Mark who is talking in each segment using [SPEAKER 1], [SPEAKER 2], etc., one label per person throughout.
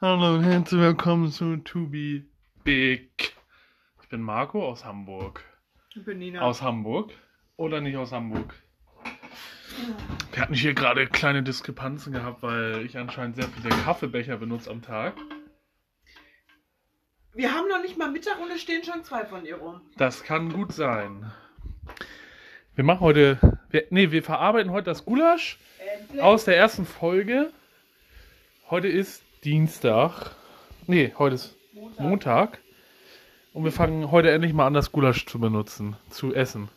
[SPEAKER 1] Hallo und herzlich willkommen zu To Be Big. Ich bin Marco aus Hamburg.
[SPEAKER 2] Ich bin Nina.
[SPEAKER 1] Aus Hamburg oder nicht aus Hamburg? Wir hatten hier gerade kleine Diskrepanzen gehabt, weil ich anscheinend sehr viele Kaffeebecher benutze am Tag.
[SPEAKER 2] Wir haben noch nicht mal Mittag und es stehen schon zwei von ihr rum.
[SPEAKER 1] Das kann gut sein. Wir machen heute. Wir, nee, wir verarbeiten heute das Gulasch
[SPEAKER 2] Ähm,
[SPEAKER 1] aus der ersten Folge. Heute ist Dienstag. Nee, heute ist
[SPEAKER 2] Montag.
[SPEAKER 1] Montag. Und wir fangen heute endlich mal an, das Gulasch zu benutzen, zu essen.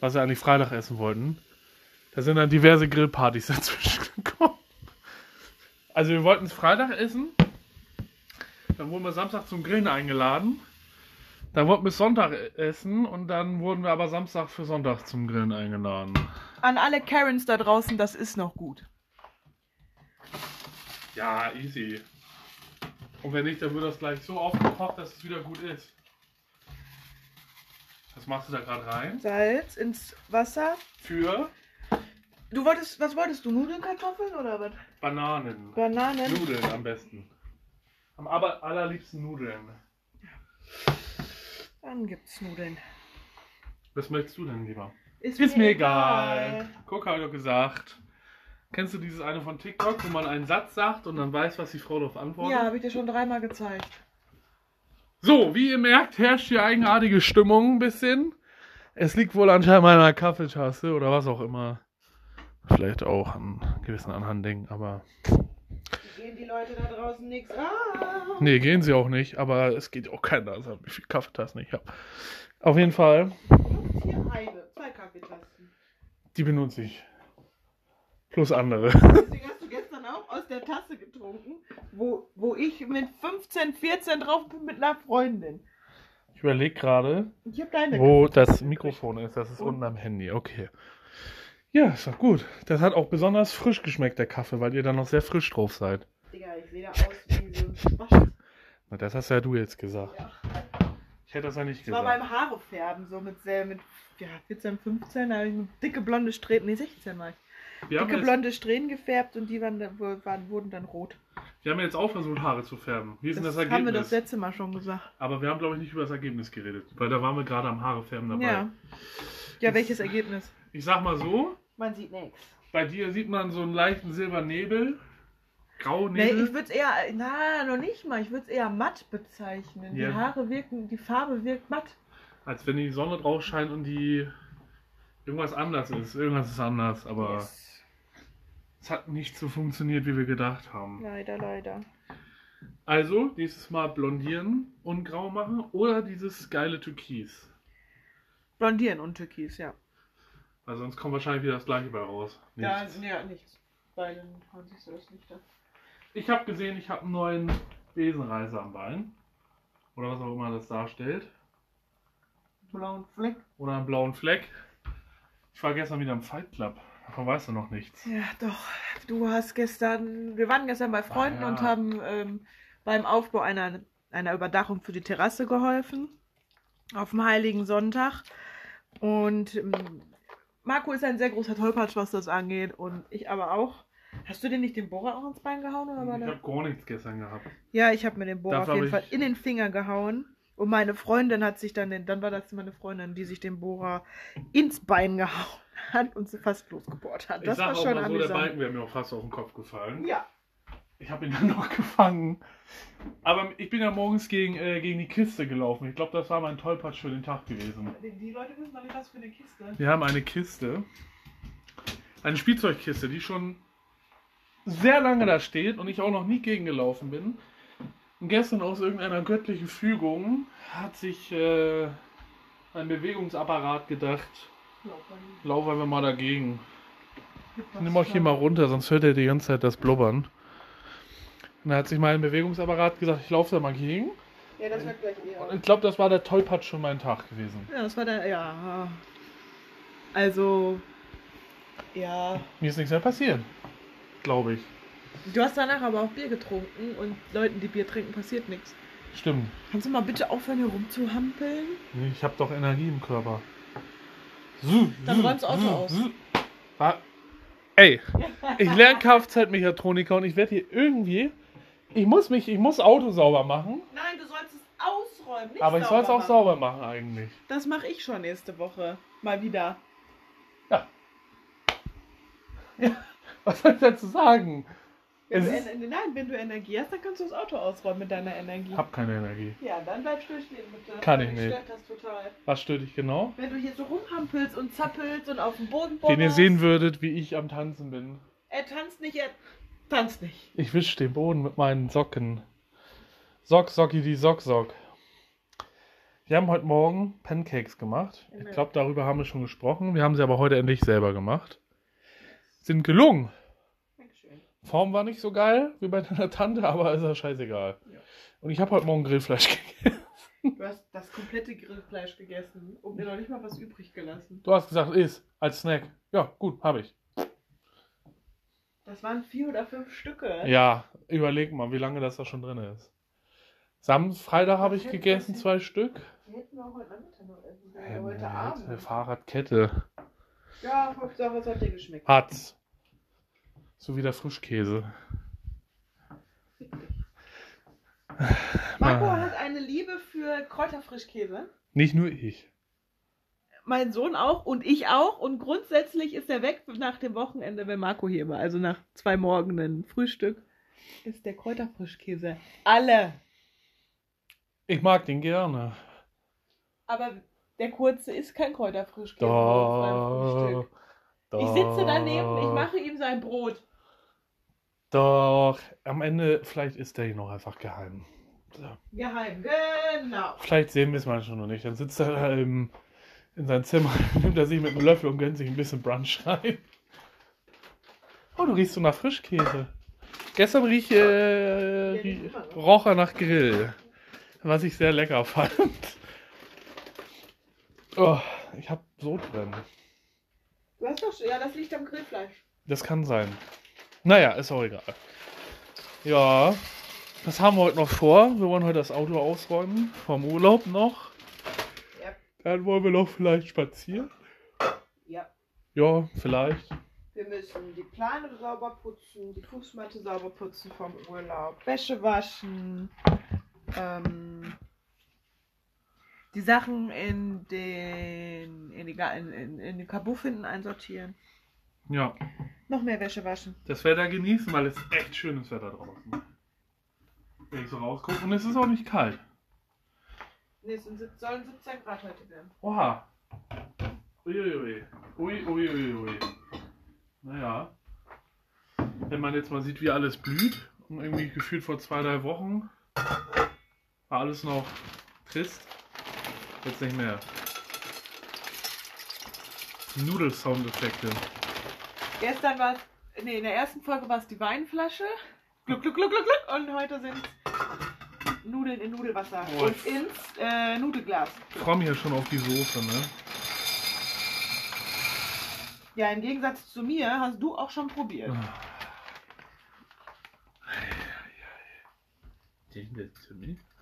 [SPEAKER 1] Was wir eigentlich Freitag essen wollten. Da sind dann diverse Grillpartys dazwischen gekommen. Also wir wollten es Freitag essen. Dann wurden wir Samstag zum Grillen eingeladen. Dann wollten wir es Sonntag e-, essen und dann wurden wir aber Samstag für Sonntag zum Grillen eingeladen.
[SPEAKER 2] An alle Karens da draußen, das ist noch gut.
[SPEAKER 1] Ja, easy. Und wenn nicht, dann wird das gleich so aufgekocht, dass es wieder gut ist. Was machst du da gerade rein?
[SPEAKER 2] Salz ins Wasser.
[SPEAKER 1] Für
[SPEAKER 2] Du wolltest, was wolltest du? Nudeln, Kartoffeln oder was?
[SPEAKER 1] Bananen.
[SPEAKER 2] Bananen.
[SPEAKER 1] Nudeln am besten. Am aber allerliebsten Nudeln.
[SPEAKER 2] Dann gibt's Nudeln.
[SPEAKER 1] Was möchtest du denn lieber? Ist mir egal. Guck, habe ich doch gesagt. Kennst du dieses eine von TikTok, wo man einen Satz sagt und dann weiß, was die Frau darauf antwortet?
[SPEAKER 2] Ja, habe ich dir schon dreimal gezeigt.
[SPEAKER 1] So, wie ihr merkt, herrscht hier eigenartige Stimmung ein bisschen. Es liegt wohl anscheinend an einer Kaffeetasse oder was auch immer. Vielleicht auch an gewissen anderen Dingen, aber.
[SPEAKER 2] Gehen die Leute da draußen nichts Ah! an.
[SPEAKER 1] Nee, gehen sie auch nicht, aber es geht auch keiner, also wie viele Kaffeetassen ich habe. Auf jeden Fall,
[SPEAKER 2] Hier eine, zwei Kaffeetassen.
[SPEAKER 1] die benutze ich. Plus andere.
[SPEAKER 2] Deswegen hast du gestern auch aus der Tasse getrunken, wo, wo ich mit 15, 14 drauf bin mit einer Freundin.
[SPEAKER 1] Ich überlege gerade,
[SPEAKER 2] Ich habe deine
[SPEAKER 1] wo das Mikrofon ist. Das ist unten am Handy, okay. Ja, ist doch gut. Das hat auch besonders frisch geschmeckt, der Kaffee, weil ihr da noch sehr frisch drauf seid.
[SPEAKER 2] Digga, ich sehe da aus wie so ein Spast.
[SPEAKER 1] Na, das hast ja du jetzt gesagt.
[SPEAKER 2] Ja.
[SPEAKER 1] Ich hätte das ja nicht
[SPEAKER 2] Das war
[SPEAKER 1] gesagt.
[SPEAKER 2] beim Haarefärben, so mit, sehr, mit ja, 14, 15, da habe ich eine dicke blonde Strähnen, nee, 16 war ich.
[SPEAKER 1] Wir haben,
[SPEAKER 2] Dicke
[SPEAKER 1] jetzt,
[SPEAKER 2] blonde Strähnen gefärbt und die waren, dann- waren, wurden dann rot.
[SPEAKER 1] wir haben jetzt auch versucht, Haare zu färben. Wie ist denn das Ergebnis?
[SPEAKER 2] haben wir das letzte Mal schon gesagt.
[SPEAKER 1] Aber wir haben, glaube ich, nicht über das Ergebnis geredet, weil da waren wir gerade am Haare färben dabei.
[SPEAKER 2] Ja. Ja, welches Ergebnis?
[SPEAKER 1] Ich sag mal so,
[SPEAKER 2] Man sieht nichts.
[SPEAKER 1] bei dir sieht man so einen leichten Silbernebel,
[SPEAKER 2] Nee,
[SPEAKER 1] Graunebel.
[SPEAKER 2] ich würde es eher, na, noch nicht mal, ich würde es eher matt bezeichnen.
[SPEAKER 1] Ja.
[SPEAKER 2] Die Haare wirken, die Farbe wirkt matt.
[SPEAKER 1] als wenn die Sonne drauf scheint und die irgendwas anders ist. Irgendwas ist anders, aber
[SPEAKER 2] Yes.
[SPEAKER 1] es hat nicht so funktioniert, wie wir gedacht haben.
[SPEAKER 2] Leider, leider.
[SPEAKER 1] Also, nächstes Mal blondieren und grau machen oder dieses geile Türkis.
[SPEAKER 2] Blondieren und Türkis, ja.
[SPEAKER 1] Weil sonst kommt wahrscheinlich wieder das gleiche bei raus.
[SPEAKER 2] Ja, also,
[SPEAKER 1] Nichts.
[SPEAKER 2] ja, nichts. Bei den Franzis ist nicht da.
[SPEAKER 1] Ich habe gesehen, ich habe einen neuen Besenreißer am Bein. Oder was auch immer das darstellt.
[SPEAKER 2] Blauen Fleck.
[SPEAKER 1] Oder einen blauen Fleck. Ich war gestern wieder im Fight Club. Davon weißt du noch nichts.
[SPEAKER 2] Ja, doch. Du hast gestern, wir waren gestern bei Freunden
[SPEAKER 1] Ah, ja.
[SPEAKER 2] und haben ähm, beim Aufbau einer, einer Überdachung für die Terrasse geholfen. Auf dem Heiligen Sonntag. Und ähm, Marco ist ein sehr großer Tollpatsch, was das angeht. Und ich aber auch. Hast du dir nicht den Bohrer auch ins Bein gehauen? Oder war
[SPEAKER 1] Ich
[SPEAKER 2] das-
[SPEAKER 1] habe gar nichts gestern gehabt.
[SPEAKER 2] Ja, ich habe mir den Bohrer
[SPEAKER 1] Dafür
[SPEAKER 2] auf jeden
[SPEAKER 1] hab
[SPEAKER 2] Fall
[SPEAKER 1] ich-
[SPEAKER 2] in den Finger gehauen. Und meine Freundin hat sich dann, den, dann war das meine Freundin, die sich den Bohrer ins Bein gehauen hat und sie fast losgebohrt hat.
[SPEAKER 1] ich
[SPEAKER 2] Das war
[SPEAKER 1] sag auch
[SPEAKER 2] schon
[SPEAKER 1] mal so, der
[SPEAKER 2] amüsant.
[SPEAKER 1] Balken wäre mir auch fast auf den Kopf gefallen.
[SPEAKER 2] ja.
[SPEAKER 1] Ich habe ihn dann noch gefangen. Aber ich bin ja morgens gegen, äh, gegen die Kiste gelaufen. Ich glaube, das war mein Tollpatsch für den Tag gewesen.
[SPEAKER 2] Die Leute wissen doch nicht, was für eine Kiste.
[SPEAKER 1] Wir haben eine Kiste. Eine Spielzeugkiste, die schon sehr lange da steht und ich auch noch nie gegengelaufen bin. Und gestern aus irgendeiner göttlichen Fügung hat sich äh, ein Bewegungsapparat gedacht, lauf einfach mal dagegen. Nimm euch hier mal runter, sonst hört ihr die ganze Zeit das Blubbern. Und da hat sich mein Bewegungsapparat gesagt, ich laufe da mal gegen.
[SPEAKER 2] Ja, das wird gleich
[SPEAKER 1] Und
[SPEAKER 2] eher.
[SPEAKER 1] ich glaube, das war der Tollpatsch schon mein Tag gewesen.
[SPEAKER 2] Ja, das war der. Ja. Also. Ja.
[SPEAKER 1] Mir ist nichts mehr passiert, glaube ich.
[SPEAKER 2] Du hast danach aber auch Bier getrunken und Leuten, die Bier trinken, passiert nichts.
[SPEAKER 1] Stimmt.
[SPEAKER 2] Kannst du mal bitte aufhören, hier rumzuhampeln?
[SPEAKER 1] Nee, Ich habe doch Energie im Körper. Hm, Zu,
[SPEAKER 2] Dann
[SPEAKER 1] zu,
[SPEAKER 2] räum's Auto
[SPEAKER 1] zu,
[SPEAKER 2] aus.
[SPEAKER 1] zu. Ah. Wa- Ey, ich lerne Kfz-Mechatroniker und ich werde hier irgendwie Ich muss mich, ich muss Auto sauber machen,
[SPEAKER 2] Nein, du sollst es ausräumen. Nicht
[SPEAKER 1] aber ich soll es auch
[SPEAKER 2] machen.
[SPEAKER 1] sauber machen eigentlich.
[SPEAKER 2] Das mache ich schon nächste Woche. Mal wieder.
[SPEAKER 1] Was soll ich dazu sagen?
[SPEAKER 2] Wenn
[SPEAKER 1] Es
[SPEAKER 2] du
[SPEAKER 1] ist-
[SPEAKER 2] Ener- Nein, wenn du Energie hast, dann kannst du das Auto ausräumen mit deiner Energie.
[SPEAKER 1] Ich hab keine Energie.
[SPEAKER 2] Ja, dann bleib still stehen, bitte.
[SPEAKER 1] Kann ich
[SPEAKER 2] Mich
[SPEAKER 1] nicht.
[SPEAKER 2] stört Das total.
[SPEAKER 1] Was stört dich genau?
[SPEAKER 2] Wenn du hier so rumhampelst und zappelst und auf dem Boden
[SPEAKER 1] Wenn ihr
[SPEAKER 2] bohrst.
[SPEAKER 1] sehen würdet, wie ich am Tanzen bin.
[SPEAKER 2] Er tanzt nicht, er tanzt nicht.
[SPEAKER 1] Ich wisch den Boden mit meinen Socken. Sock, Socki, die Sock, Sock. Wir haben heute Morgen Pancakes gemacht. Ich glaube, darüber haben wir schon gesprochen. Wir haben sie aber heute endlich selber gemacht. Sind gelungen.
[SPEAKER 2] Dankeschön.
[SPEAKER 1] Form war nicht so geil wie bei deiner Tante, aber ist ja scheißegal.
[SPEAKER 2] Ja.
[SPEAKER 1] Und ich habe heute Morgen Grillfleisch gegessen.
[SPEAKER 2] Du hast das komplette Grillfleisch gegessen und mir noch nicht mal was übrig gelassen.
[SPEAKER 1] Du hast gesagt, iss, als Snack. Ja, gut, habe ich.
[SPEAKER 2] Das waren vier oder fünf Stücke.
[SPEAKER 1] Ja, überleg mal, wie lange das da schon drin ist. Sam Freitag habe ich gegessen, zwei Stück.
[SPEAKER 2] Die hätten wir auch heute Nachmittag noch essen können.
[SPEAKER 1] Ähm,
[SPEAKER 2] oder heute
[SPEAKER 1] Eine
[SPEAKER 2] Abend.
[SPEAKER 1] Fahrradkette.
[SPEAKER 2] Ja, Hauptsache, es hat dir geschmeckt.
[SPEAKER 1] Hat's. So wie der Frischkäse.
[SPEAKER 2] Marco
[SPEAKER 1] Ah.
[SPEAKER 2] hat eine Liebe für Kräuterfrischkäse.
[SPEAKER 1] Nicht nur ich.
[SPEAKER 2] Mein Sohn auch und ich auch. Und grundsätzlich ist er weg nach dem Wochenende, wenn Marco hier war. Also nach zwei Morgenen Frühstück ist der Kräuterfrischkäse. Alle.
[SPEAKER 1] Ich mag den gerne.
[SPEAKER 2] Aber der kurze ist kein Kräuterfrischkäse. bei uns beim
[SPEAKER 1] Doch.
[SPEAKER 2] Frühstück.
[SPEAKER 1] Doch.
[SPEAKER 2] Ich sitze daneben, ich mache ihm sein Brot.
[SPEAKER 1] Doch. Am Ende, vielleicht ist der hier noch einfach geheim. So.
[SPEAKER 2] Geheim, genau.
[SPEAKER 1] Vielleicht sehen wir es manchmal noch nicht. Dann sitzt er da im, in sein Zimmer, nimmt er sich mit dem Löffel und gönnt sich ein bisschen Brunch rein. Oh, du riechst so nach Frischkäse. Gestern riech, äh, rie-
[SPEAKER 2] Ja, riecht immer noch.
[SPEAKER 1] roch er nach Grill. Was ich sehr lecker fand. Oh, ich hab Sodbrennen.
[SPEAKER 2] Du hast doch schon, ja, das liegt am Grillfleisch.
[SPEAKER 1] Das kann sein. Naja, ist auch egal. Ja, was haben wir heute noch vor? Wir wollen heute das Auto ausräumen. Vom Urlaub noch.
[SPEAKER 2] Ja,
[SPEAKER 1] Dann wollen wir noch vielleicht spazieren.
[SPEAKER 2] ja.
[SPEAKER 1] Ja, vielleicht.
[SPEAKER 2] Wir müssen die Plane sauber putzen, die Fußmatte sauber putzen vom Urlaub, Wäsche waschen, ähm, die Sachen in den, in die, Ga- in, in, in den Kabuff hinten einsortieren,
[SPEAKER 1] Ja,
[SPEAKER 2] noch mehr Wäsche waschen.
[SPEAKER 1] das Wetter genießen, weil es echt schönes Wetter draußen. Wenn ich so rausgucke und es ist auch nicht kalt.
[SPEAKER 2] Nee, es sind sieb- sollen 17 Grad heute werden.
[SPEAKER 1] Oha. Uiuiui. Uiuiuiui. Ui, ui. Naja. Wenn man jetzt mal sieht, wie alles blüht und irgendwie gefühlt vor zwei, drei Wochen war alles noch trist. Jetzt nicht mehr. Nudel-Soundeffekte.
[SPEAKER 2] Gestern war es, nee, in der ersten Folge war es die Weinflasche. Gluck, gluck, gluck, gluck, gluck. Und heute sind Nudeln in Nudelwasser.
[SPEAKER 1] Oh.
[SPEAKER 2] Und ins äh, Nudelglas.
[SPEAKER 1] Ich freue mich ja schon auf die Soße, ne?
[SPEAKER 2] Ja, im Gegensatz zu mir hast du auch schon probiert.
[SPEAKER 1] Ah.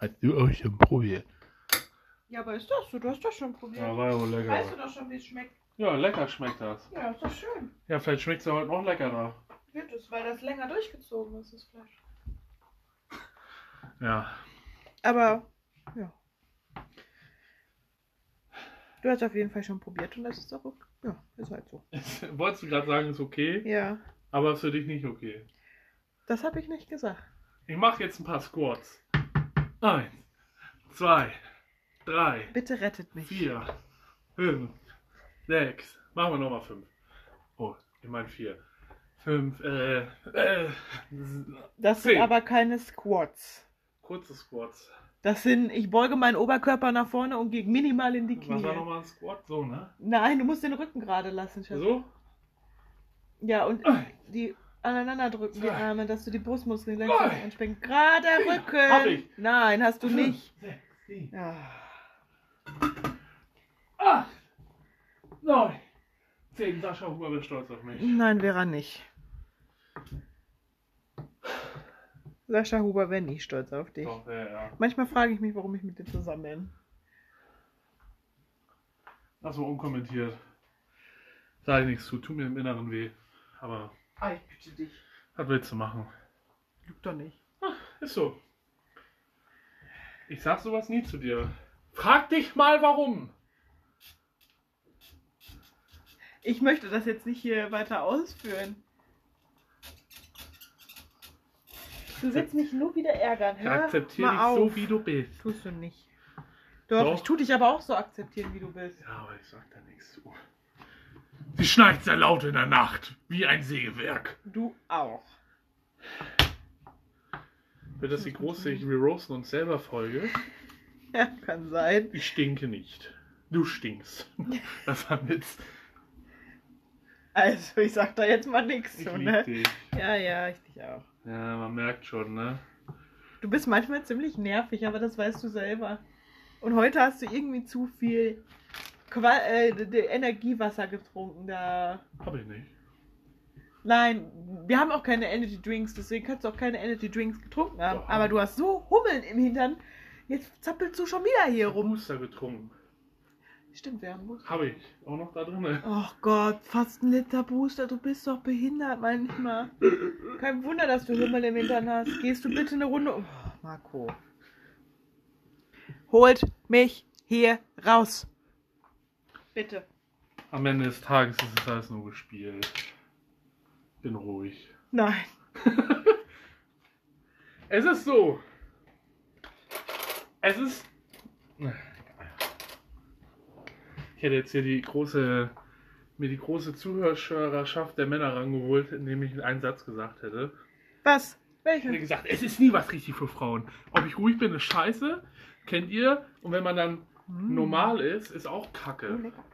[SPEAKER 1] Hat du euch schon probiert?
[SPEAKER 2] Ja, aber ist das so? Du hast doch schon probiert.
[SPEAKER 1] Ja, war ja wohl
[SPEAKER 2] weißt du
[SPEAKER 1] lecker.
[SPEAKER 2] doch schon, wie es schmeckt.
[SPEAKER 1] Ja, lecker schmeckt das.
[SPEAKER 2] Ja, ist doch schön.
[SPEAKER 1] Ja, vielleicht schmeckt es ja heute noch leckerer.
[SPEAKER 2] Wird es, weil das länger durchgezogen ist, das Fleisch.
[SPEAKER 1] Ja.
[SPEAKER 2] Aber, ja. Du hast auf jeden Fall schon probiert und das ist auch, ja, ist halt so.
[SPEAKER 1] Wolltest du gerade sagen, ist okay,
[SPEAKER 2] Ja,
[SPEAKER 1] aber ist für dich nicht okay.
[SPEAKER 2] das habe ich nicht gesagt.
[SPEAKER 1] Ich mache jetzt ein paar Squats. Eins, zwei, drei,
[SPEAKER 2] Bitte rettet mich.
[SPEAKER 1] vier, fünf, sechs. Machen wir nochmal fünf. Oh, ich meine vier. Fünf, äh, äh,
[SPEAKER 2] Das
[SPEAKER 1] Zehn.
[SPEAKER 2] sind aber keine Squats.
[SPEAKER 1] kurze Squats.
[SPEAKER 2] Das sind, ich beuge meinen Oberkörper nach vorne und gehe minimal in die
[SPEAKER 1] Was war
[SPEAKER 2] Knie.
[SPEAKER 1] nochmal ein Squat? So, ne?
[SPEAKER 2] Nein, du musst den Rücken gerade lassen, Schatz.
[SPEAKER 1] So?
[SPEAKER 2] Ja, und
[SPEAKER 1] Eins,
[SPEAKER 2] die aneinander drücken, die
[SPEAKER 1] Zwei.
[SPEAKER 2] Arme, dass du die Brustmuskeln gleich
[SPEAKER 1] Drei.
[SPEAKER 2] anspringen. Gerade
[SPEAKER 1] Vier.
[SPEAKER 2] Rücken.
[SPEAKER 1] Hab ich.
[SPEAKER 2] Nein, hast du
[SPEAKER 1] fünf,
[SPEAKER 2] nicht.
[SPEAKER 1] sechs, sieben,
[SPEAKER 2] Ah.
[SPEAKER 1] acht, neun, zehn. Sascha Huber wäre stolz auf mich.
[SPEAKER 2] Nein, Vera nicht. Sascha Huber wäre nicht stolz auf dich.
[SPEAKER 1] Doch, ja, ja.
[SPEAKER 2] Manchmal frage ich mich, warum ich mit dir zusammen bin.
[SPEAKER 1] Achso, unkommentiert. Sag ich nichts zu, tut mir im Inneren weh. Aber
[SPEAKER 2] Ah, ich bitte dich.
[SPEAKER 1] was willst du machen?
[SPEAKER 2] Lüg doch nicht.
[SPEAKER 1] Ist Ist so. Ich sag sowas nie zu dir. Frag dich mal warum.
[SPEAKER 2] Ich möchte das jetzt nicht hier weiter ausführen. Du willst mich nur wieder ärgern. Hör
[SPEAKER 1] Akzeptiere dich
[SPEAKER 2] mal auf.
[SPEAKER 1] so, wie du bist.
[SPEAKER 2] Tust du nicht. Doch,
[SPEAKER 1] Doch.
[SPEAKER 2] ich tu dich aber auch so akzeptieren, wie du bist.
[SPEAKER 1] Ja, aber ich sag da nichts zu. Sie schneit sehr laut in der Nacht, wie ein Sägewerk.
[SPEAKER 2] Du auch.
[SPEAKER 1] Wird das die große Ich roasten uns selber Folge?
[SPEAKER 2] Ja, kann sein.
[SPEAKER 1] Ich stinke nicht. Du stinkst. Das war ein Witz.
[SPEAKER 2] Also, ich sag da jetzt mal nichts
[SPEAKER 1] Ich
[SPEAKER 2] zu,
[SPEAKER 1] lieb
[SPEAKER 2] ne?
[SPEAKER 1] dich.
[SPEAKER 2] Ja, ja, ich dich auch.
[SPEAKER 1] Ja, man merkt schon, ne?
[SPEAKER 2] Du bist manchmal ziemlich nervig, aber das weißt du selber. Und heute hast du irgendwie zu viel Qua äh, d- d- Energiewasser getrunken da.
[SPEAKER 1] Hab ich nicht.
[SPEAKER 2] Nein, wir haben auch keine Energy Drinks, deswegen kannst du auch keine Energy Drinks getrunken haben.
[SPEAKER 1] Doch.
[SPEAKER 2] Aber du hast so Hummeln im Hintern. Jetzt zappelst du schon wieder hier rum.
[SPEAKER 1] Robusta getrunken.
[SPEAKER 2] Stimmt, wir haben Booster.
[SPEAKER 1] Hab ich. Auch noch da drin.
[SPEAKER 2] Oh Gott, fast ein Liter Booster, du bist doch behindert manchmal. Kein Wunder, dass du Himmel im Hintern hast. Gehst du bitte eine Runde um. Oh, Marco. Holt mich hier raus. Bitte.
[SPEAKER 1] Am Ende des Tages ist es alles nur gespielt. Bin ruhig.
[SPEAKER 2] Nein.
[SPEAKER 1] Es ist so. Es ist. Ich hätte jetzt hier die große, mir die große Zuhörerschaft der Männer rangeholt, indem ich einen Satz gesagt hätte.
[SPEAKER 2] Was?
[SPEAKER 1] Ich hätte
[SPEAKER 2] Welchen?
[SPEAKER 1] gesagt, es ist nie was richtig für Frauen. Ob ich ruhig bin, ist scheiße. Kennt ihr? Und wenn man dann normal ist, ist auch
[SPEAKER 2] Oh,
[SPEAKER 1] Kacke.
[SPEAKER 2] lecker.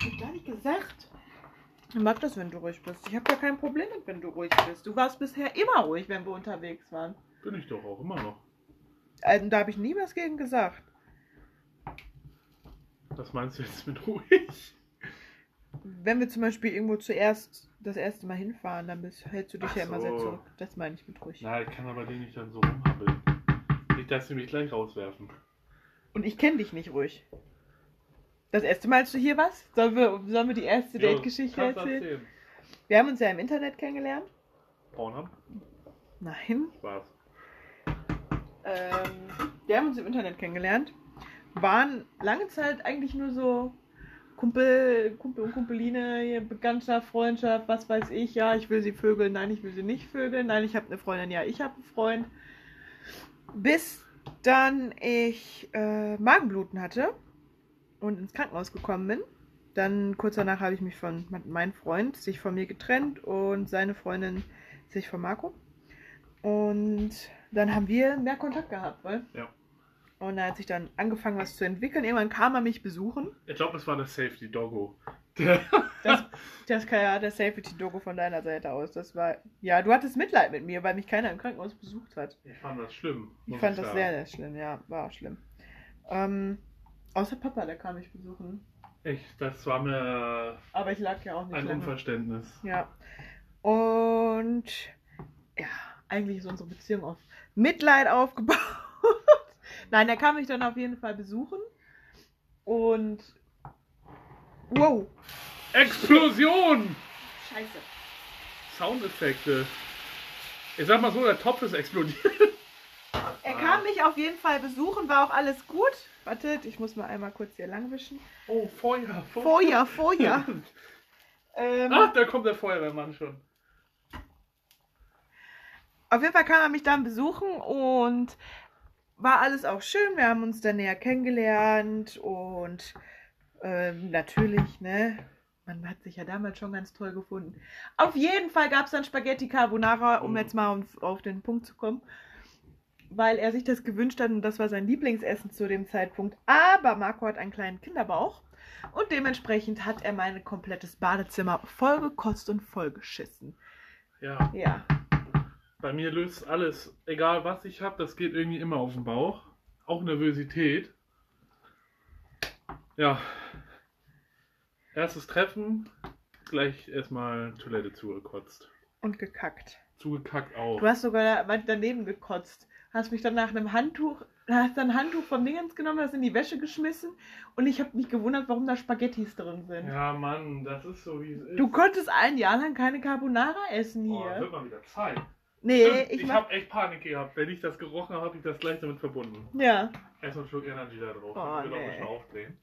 [SPEAKER 2] Hab ich gar nicht gesagt. Ich mag das, wenn du ruhig bist. Ich habe ja kein Problem mit, wenn du ruhig bist. Du warst bisher immer ruhig, wenn wir unterwegs waren.
[SPEAKER 1] Bin ich doch auch immer noch.
[SPEAKER 2] Also, da habe ich nie was gegen gesagt.
[SPEAKER 1] Was meinst du jetzt mit ruhig?
[SPEAKER 2] Wenn wir zum Beispiel irgendwo zuerst das erste Mal hinfahren, dann bist, hältst du dich
[SPEAKER 1] Ach
[SPEAKER 2] ja immer sehr
[SPEAKER 1] so.
[SPEAKER 2] zurück. Das meine ich mit ruhig.
[SPEAKER 1] Na, ich kann aber den nicht dann so rumhabbeln. Nicht, dass sie mich gleich rauswerfen.
[SPEAKER 2] Und ich kenne dich nicht ruhig. Das erste Mal, als du hier warst, sollen wir, sollen wir die erste
[SPEAKER 1] Ja,
[SPEAKER 2] Date-Geschichte
[SPEAKER 1] kannst du
[SPEAKER 2] erzählen? Wir haben uns ja im Internet kennengelernt.
[SPEAKER 1] Pornhub?
[SPEAKER 2] Nein.
[SPEAKER 1] Spaß.
[SPEAKER 2] Ähm, wir haben uns im Internet kennengelernt. Waren lange Zeit eigentlich nur so Kumpel, Kumpel und Kumpeline, hier Bekanntschaft, Freundschaft, was weiß ich. Ja, ich will sie vögeln, nein, ich will sie nicht vögeln. Nein, ich habe eine Freundin, ja, ich habe einen Freund. Bis dann ich äh, Magenbluten hatte und ins Krankenhaus gekommen bin. Dann kurz danach habe ich mich von meinem Freund sich von mir getrennt und seine Freundin sich von Marco. Und dann haben wir mehr Kontakt gehabt, weil.
[SPEAKER 1] Ja.
[SPEAKER 2] Und da hat sich dann angefangen, was zu entwickeln. Irgendwann kam er mich besuchen.
[SPEAKER 1] Ich glaube, das war der Safety Doggo. Der
[SPEAKER 2] Das, das kann ja der Safety-Dogo von deiner Seite aus. Das war. Ja, du hattest Mitleid mit mir, weil mich keiner im Krankenhaus besucht hat.
[SPEAKER 1] ich fand das schlimm.
[SPEAKER 2] Ich
[SPEAKER 1] muss
[SPEAKER 2] fand das
[SPEAKER 1] sagen.
[SPEAKER 2] sehr, sehr schlimm, ja, war auch schlimm. Ähm, außer Papa, der kam mich besuchen.
[SPEAKER 1] Echt, das war mir
[SPEAKER 2] Aber ich lag ja auch nicht
[SPEAKER 1] ein
[SPEAKER 2] lange.
[SPEAKER 1] Unverständnis.
[SPEAKER 2] Ja. Und ja, eigentlich ist unsere Beziehung auf Mitleid aufgebaut. Nein, er kam mich dann auf jeden Fall besuchen. Und. Wow!
[SPEAKER 1] Explosion!
[SPEAKER 2] Scheiße.
[SPEAKER 1] Soundeffekte. Ich sag mal so, der Topf ist explodiert.
[SPEAKER 2] Er kam mich auf jeden Fall besuchen, war auch alles gut. Wartet, ich muss mal einmal kurz hier langwischen.
[SPEAKER 1] Oh, Feuer,
[SPEAKER 2] Feuer, Feuer. ähm,
[SPEAKER 1] Ach, da kommt der Feuerwehrmann schon.
[SPEAKER 2] Auf jeden Fall kam er mich dann besuchen und war alles auch schön. Wir haben uns dann näher kennengelernt und ähm, natürlich, ne? Man hat sich ja damals schon ganz toll gefunden. Auf jeden Fall gab es dann Spaghetti Carbonara, um
[SPEAKER 1] Mhm.
[SPEAKER 2] jetzt mal auf, auf den Punkt zu kommen, weil er sich das gewünscht hat und das war sein Lieblingsessen zu dem Zeitpunkt. Aber Marco hat einen kleinen Kinderbauch und dementsprechend hat er mein komplettes Badezimmer vollgekotzt und vollgeschissen.
[SPEAKER 1] Ja,
[SPEAKER 2] Ja,
[SPEAKER 1] bei mir löst alles, egal was ich hab, das geht irgendwie immer auf den Bauch. Auch Nervosität. Ja. Erstes Treffen, gleich erstmal Toilette zugekotzt.
[SPEAKER 2] und gekackt.
[SPEAKER 1] Zugekackt auch.
[SPEAKER 2] Du hast sogar da- daneben gekotzt. Hast mich dann nach einem Handtuch, hast dann ein Handtuch vom Dingens genommen, hast in die Wäsche geschmissen und ich habe mich gewundert, warum da Spaghettis drin sind.
[SPEAKER 1] Ja, Mann, das ist so wie es ist.
[SPEAKER 2] Du konntest ein Jahr lang keine Carbonara essen
[SPEAKER 1] oh,
[SPEAKER 2] hier.
[SPEAKER 1] wird mal wieder Zeit.
[SPEAKER 2] Nee,
[SPEAKER 1] Stimmt,
[SPEAKER 2] ich,
[SPEAKER 1] ich
[SPEAKER 2] mach.
[SPEAKER 1] habe echt Panik gehabt. Wenn ich das gerochen habe, habe ich das gleich damit verbunden.
[SPEAKER 2] Ja.
[SPEAKER 1] Erstmal einen Schluck Energy da drauf.
[SPEAKER 2] Oh,
[SPEAKER 1] ich will auch ein
[SPEAKER 2] nee.
[SPEAKER 1] bisschen aufdrehen.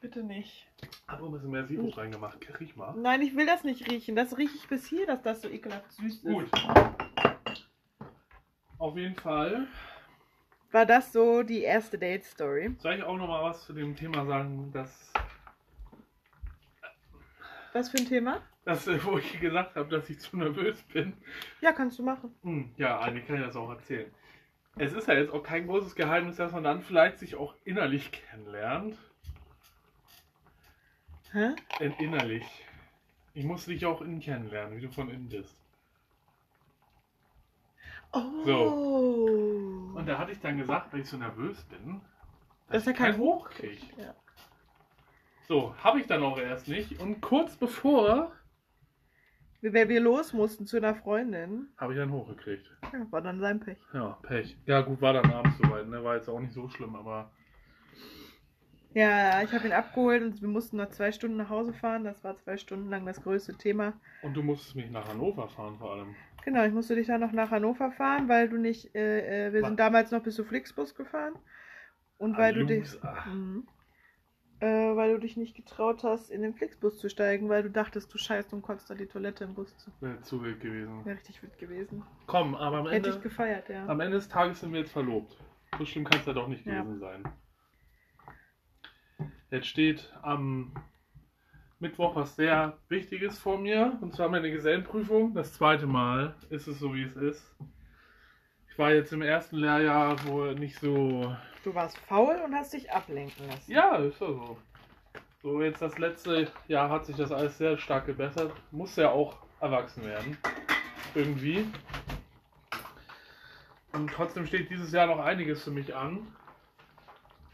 [SPEAKER 2] Bitte nicht.
[SPEAKER 1] Hab auch ein bisschen mehr Sirup reingemacht. Riech mal.
[SPEAKER 2] Nein, ich will das nicht riechen. Das rieche ich bis hier, dass das so ekelhaft süß ist.
[SPEAKER 1] Gut. Auf jeden Fall
[SPEAKER 2] War das so die erste Date-Story?
[SPEAKER 1] soll ich auch nochmal was zu dem Thema sagen, dass,
[SPEAKER 2] Was für ein Thema?
[SPEAKER 1] dass äh, wo ich gesagt habe, dass ich zu nervös bin.
[SPEAKER 2] Ja, kannst du machen.
[SPEAKER 1] Hm, ja, eigentlich kann ich das auch erzählen. Es ist ja jetzt auch kein großes Geheimnis, dass man dann vielleicht sich auch innerlich kennenlernt.
[SPEAKER 2] Hä?
[SPEAKER 1] Denn innerlich. Ich muss dich auch innen kennenlernen, wie du von innen bist.
[SPEAKER 2] Oh.
[SPEAKER 1] Und da hatte ich dann gesagt, weil ich so nervös bin,
[SPEAKER 2] Dass er
[SPEAKER 1] ich
[SPEAKER 2] keinen
[SPEAKER 1] Hoch krieg.
[SPEAKER 2] Ja.
[SPEAKER 1] So, habe ich dann auch erst nicht. Und kurz bevor
[SPEAKER 2] Wenn wir los mussten zu einer Freundin,
[SPEAKER 1] habe ich dann hochgekriegt.
[SPEAKER 2] ja, war dann sein Pech.
[SPEAKER 1] Ja, Pech. Ja, gut, war dann abends soweit, ne? War jetzt auch nicht so schlimm, aber
[SPEAKER 2] Ja, ich habe ihn abgeholt und wir mussten noch zwei Stunden nach Hause fahren. Das war zwei Stunden lang das größte Thema.
[SPEAKER 1] Und du musstest mich nach Hannover fahren vor allem.
[SPEAKER 2] Genau, ich musste dich dann noch nach Hannover fahren, weil du nicht, äh, äh, wir
[SPEAKER 1] Was?
[SPEAKER 2] sind damals noch bis zu Flixbus gefahren. Und
[SPEAKER 1] Ah,
[SPEAKER 2] weil du dich.
[SPEAKER 1] Ach,
[SPEAKER 2] Mhm. Äh, weil du dich nicht getraut hast, in den Flixbus zu steigen, weil du dachtest, du scheißt und konntest da die Toilette im Bus zu.
[SPEAKER 1] wäre zu wild gewesen.
[SPEAKER 2] Wäre richtig wild gewesen.
[SPEAKER 1] Komm, aber am
[SPEAKER 2] Hätte ich
[SPEAKER 1] Ende,
[SPEAKER 2] gefeiert, ja.
[SPEAKER 1] am Ende des Tages sind wir jetzt verlobt. So schlimm kann es ja doch nicht
[SPEAKER 2] Ja.
[SPEAKER 1] gewesen sein. Jetzt steht am Mittwoch was sehr Wichtiges vor mir. Und zwar meine Gesellenprüfung. Das zweite Mal ist es so, wie es ist. Ich war jetzt im ersten Lehrjahr wohl nicht so
[SPEAKER 2] Du warst faul und hast dich ablenken lassen.
[SPEAKER 1] Ja, ist ja so. So, jetzt das letzte Jahr hat sich das alles sehr stark gebessert. Muss ja auch erwachsen werden. Irgendwie. Und trotzdem steht dieses Jahr noch einiges für mich an.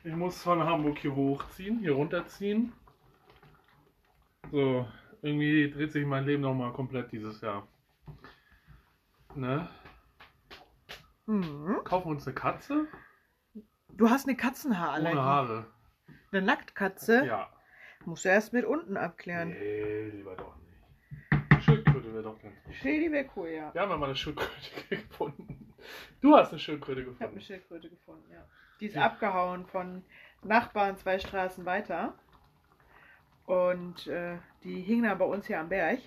[SPEAKER 1] Ich muss von Hamburg hier hochziehen, hier runterziehen. So, irgendwie dreht sich mein Leben nochmal komplett dieses Jahr. Ne?
[SPEAKER 2] Mhm.
[SPEAKER 1] Kaufen wir uns eine Katze?
[SPEAKER 2] Du hast eine Katzenhaarallergie.
[SPEAKER 1] Ohne Haare.
[SPEAKER 2] Eine Nacktkatze?
[SPEAKER 1] Ja.
[SPEAKER 2] Musst du erst mit unten abklären.
[SPEAKER 1] Nee, lieber doch nicht. Schildkröte wäre doch ganz gut.
[SPEAKER 2] Schädi wäre cool, ja.
[SPEAKER 1] Wir haben ja mal eine Schildkröte gefunden. Du hast eine Schildkröte
[SPEAKER 2] Ich habe eine
[SPEAKER 1] gefunden.
[SPEAKER 2] Schildkröte gefunden, ja. Die ist
[SPEAKER 1] Ja.
[SPEAKER 2] abgehauen von Nachbarn zwei Straßen weiter. Und äh, die hing dann bei uns hier am Berg.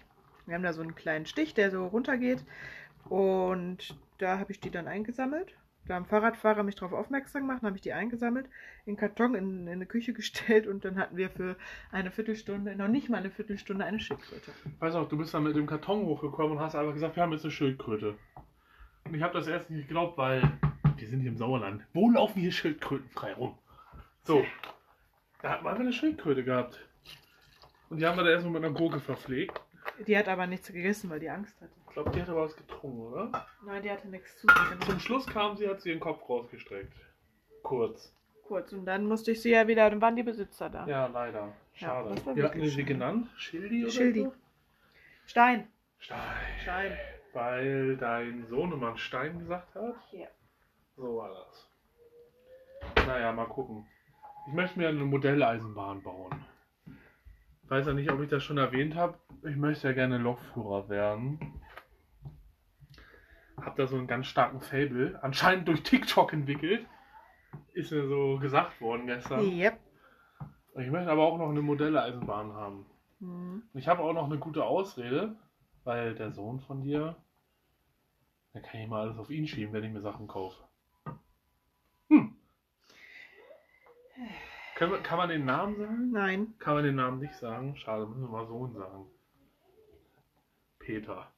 [SPEAKER 2] Wir haben da so einen kleinen Stich, der so runtergeht. Und da habe ich die dann eingesammelt. Da haben Fahrradfahrer mich darauf aufmerksam gemacht, dann habe ich die eingesammelt, in einen Karton in, in eine Küche gestellt und dann hatten wir für eine Viertelstunde, noch nicht mal eine Viertelstunde, eine Schildkröte.
[SPEAKER 1] Weiß auch, du bist dann mit dem Karton hochgekommen und hast einfach gesagt, wir haben jetzt eine Schildkröte. Und ich habe das erst nicht geglaubt, weil wir sind hier im Sauerland. Wo laufen hier Schildkröten frei rum? So, da hat man einfach eine Schildkröte gehabt. Und die haben wir da erstmal mit einer Gurke verpflegt.
[SPEAKER 2] Die hat aber nichts gegessen, weil die Angst hatte.
[SPEAKER 1] Ich glaube, die hat aber was getrunken, oder?
[SPEAKER 2] Nein, die hatte nichts zu
[SPEAKER 1] Zum Schluss kam sie, hat sie den Kopf rausgestreckt. Kurz.
[SPEAKER 2] Kurz, und dann musste ich sie ja wieder, dann waren die Besitzer da.
[SPEAKER 1] Ja, leider. Schade.
[SPEAKER 2] Ja, das war
[SPEAKER 1] Wie hatten wir
[SPEAKER 2] wirklich
[SPEAKER 1] sie
[SPEAKER 2] schade.
[SPEAKER 1] genannt? Schildi oder
[SPEAKER 2] Schildi.
[SPEAKER 1] so?
[SPEAKER 2] Stein.
[SPEAKER 1] Stein.
[SPEAKER 2] Stein.
[SPEAKER 1] Weil dein Sohnemann Stein gesagt hat?
[SPEAKER 2] Ja.
[SPEAKER 1] So war das. Naja, mal gucken. Ich möchte mir eine Modelleisenbahn bauen. Weiß ja nicht, ob ich das schon erwähnt habe. Ich möchte ja gerne Lokführer werden. Hab da so einen ganz starken Fable. Anscheinend durch TikTok entwickelt. Ist mir so gesagt worden gestern.
[SPEAKER 2] Yep.
[SPEAKER 1] Ich möchte aber auch noch eine Modelleisenbahn haben.
[SPEAKER 2] Hm.
[SPEAKER 1] Ich habe auch noch eine gute Ausrede, weil der Sohn von dir, da kann ich mal alles auf ihn schieben, wenn ich mir Sachen kaufe. Hm. Können wir, kann man den Namen sagen?
[SPEAKER 2] Nein.
[SPEAKER 1] Kann man den Namen nicht sagen? Schade, müssen wir mal Sohn sagen. Peter.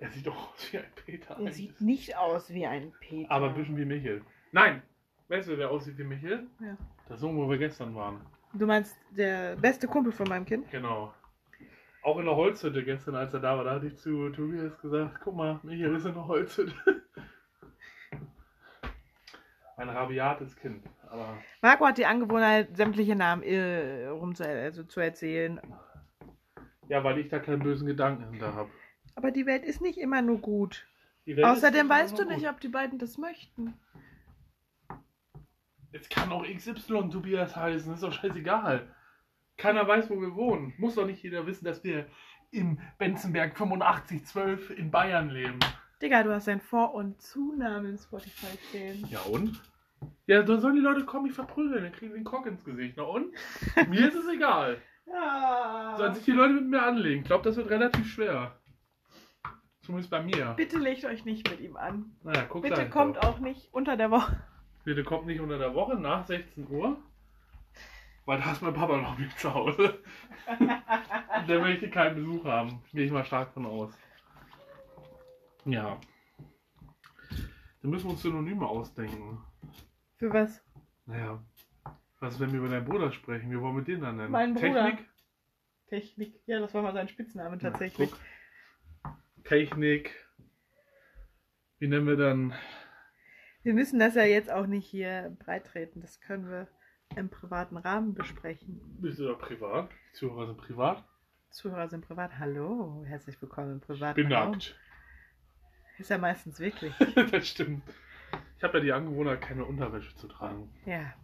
[SPEAKER 1] Er sieht doch aus wie ein Peter.
[SPEAKER 2] Er
[SPEAKER 1] eigentlich.
[SPEAKER 2] sieht nicht aus wie ein Peter.
[SPEAKER 1] Aber ein bisschen wie Michel. Nein! Weißt du, wer aussieht wie Michel?
[SPEAKER 2] Ja.
[SPEAKER 1] Der Sohn, wo wir gestern waren.
[SPEAKER 2] Du meinst der beste Kumpel von meinem Kind?
[SPEAKER 1] Genau. Auch in der Holzhütte gestern, als er da war, da hatte ich zu Tobias gesagt, guck mal, Michael ist in der Holzhütte. Ein rabiates Kind, aber
[SPEAKER 2] Marco hat die Angewohnheit, sämtliche Namen äh, rumzu also zu erzählen.
[SPEAKER 1] ja, weil ich da keinen bösen Gedanken hinter habe.
[SPEAKER 2] Aber die Welt ist nicht immer nur gut. Außerdem weißt du nicht, ob die beiden das möchten.
[SPEAKER 1] Jetzt kann auch XY Tobias heißen, ist doch scheißegal. Keiner weiß, wo wir wohnen. Muss doch nicht jeder wissen, dass wir im Benzenberg 8512 in Bayern leben.
[SPEAKER 2] Digga, du hast deinen Vor- und Zunamen in Spotify stehen.
[SPEAKER 1] Ja und? Ja, dann sollen die Leute kommen, mich verprügeln, dann kriegen sie einen Kock ins Gesicht. Na und? mir ist es egal. Sollen
[SPEAKER 2] Ja.
[SPEAKER 1] sich die Leute mit mir anlegen. Ich glaube, das wird relativ schwer. Zumindest bei mir.
[SPEAKER 2] Bitte legt euch nicht mit ihm an.
[SPEAKER 1] Naja, guck
[SPEAKER 2] Bitte
[SPEAKER 1] gleich
[SPEAKER 2] kommt
[SPEAKER 1] drauf.
[SPEAKER 2] auch nicht unter der Woche.
[SPEAKER 1] Bitte kommt nicht unter der Woche nach 16 Uhr. Weil da ist mein Papa noch nicht zu Hause. Und der möchte keinen Besuch haben. Gehe ich mal stark von aus. Ja. Dann müssen wir uns Synonyme ausdenken.
[SPEAKER 2] Für was?
[SPEAKER 1] Naja. Was ist, wenn wir über deinen Bruder sprechen? Wir wollen mit denen dann nennen.
[SPEAKER 2] Mein Bruder.
[SPEAKER 1] Technik?
[SPEAKER 2] Technik. Ja, das war mal sein Spitzname tatsächlich.
[SPEAKER 1] Na, guck. Technik. Wie nennen wir dann?
[SPEAKER 2] wir müssen das ja jetzt auch nicht hier breitreten. Das können wir im privaten Rahmen besprechen.
[SPEAKER 1] Bist du doch privat? Die Zuhörer sind privat.
[SPEAKER 2] Zuhörer sind privat. Hallo, herzlich willkommen im privaten
[SPEAKER 1] Bin
[SPEAKER 2] Raum.
[SPEAKER 1] nackt.
[SPEAKER 2] Ist ja meistens wirklich.
[SPEAKER 1] das stimmt. Ich habe ja die Angewohnheit, keine Unterwäsche zu tragen.
[SPEAKER 2] Ja.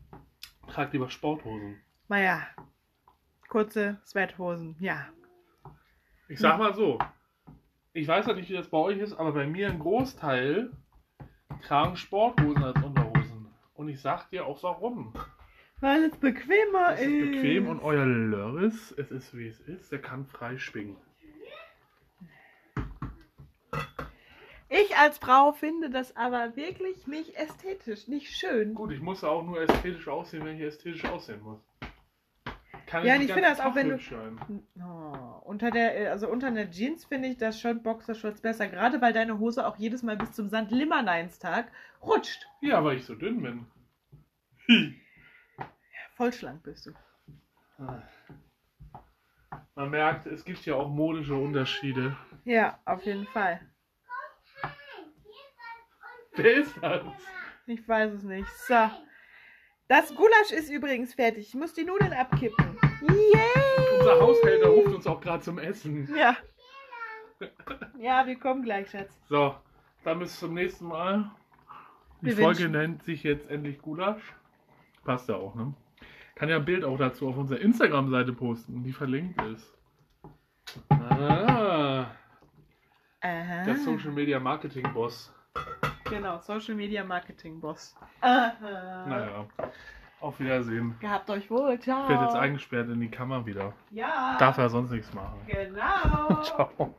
[SPEAKER 1] Trag lieber Sporthosen.
[SPEAKER 2] Naja. Kurze Sweathosen. Ja.
[SPEAKER 1] Ich
[SPEAKER 2] Hm.
[SPEAKER 1] sag mal so. Ich weiß ja nicht, wie das bei euch ist, aber bei mir ein Großteil tragen Sporthosen als Unterhosen. Und ich sag dir auch warum.
[SPEAKER 2] Weil es bequemer
[SPEAKER 1] Es ist bequem und euer Lörris, es ist wie es ist, der kann frei schwingen.
[SPEAKER 2] Ich als Frau finde das aber wirklich nicht ästhetisch, nicht schön.
[SPEAKER 1] Gut, ich muss ja auch nur ästhetisch aussehen, wenn ich ästhetisch aussehen muss. Kann
[SPEAKER 2] Ja,
[SPEAKER 1] nicht
[SPEAKER 2] und ich
[SPEAKER 1] den
[SPEAKER 2] finde
[SPEAKER 1] ganzen
[SPEAKER 2] das auch,
[SPEAKER 1] Tag
[SPEAKER 2] wenn du-
[SPEAKER 1] hübsch sein.
[SPEAKER 2] Oh, unter der, also unter einer Jeans finde ich das schon Boxershorts besser, gerade weil deine Hose auch jedes Mal bis zum Sand Limmerneinstag rutscht.
[SPEAKER 1] Ja, weil ich so dünn bin.
[SPEAKER 2] Vollschlank bist du.
[SPEAKER 1] Man merkt, es gibt ja auch modische Unterschiede.
[SPEAKER 2] Ja, auf jeden Fall.
[SPEAKER 1] Wer ist halt- das?
[SPEAKER 2] Ich weiß es nicht. So. Das Gulasch ist übrigens fertig. Ich muss die Nudeln abkippen. Yay!
[SPEAKER 1] Unser Haushälter ruft uns auch gerade zum Essen.
[SPEAKER 2] Ja. Ja, wir kommen gleich, Schatz.
[SPEAKER 1] So, dann bis zum nächsten Mal. Die
[SPEAKER 2] Wir
[SPEAKER 1] Folge
[SPEAKER 2] wünschen-
[SPEAKER 1] nennt sich jetzt endlich Gulasch. Passt ja auch, ne? Kann ja ein Bild auch dazu auf unserer Instagram-Seite posten, die verlinkt ist. Ah,
[SPEAKER 2] Aha.
[SPEAKER 1] der Social Media Marketing Boss.
[SPEAKER 2] Genau, Social Media Marketing Boss. Aha.
[SPEAKER 1] Naja, auf Wiedersehen.
[SPEAKER 2] Gehabt euch wohl. Ciao.
[SPEAKER 1] Wird jetzt eingesperrt in die Kammer wieder.
[SPEAKER 2] ja.
[SPEAKER 1] Darf er sonst nichts machen.
[SPEAKER 2] Genau.
[SPEAKER 1] Ciao.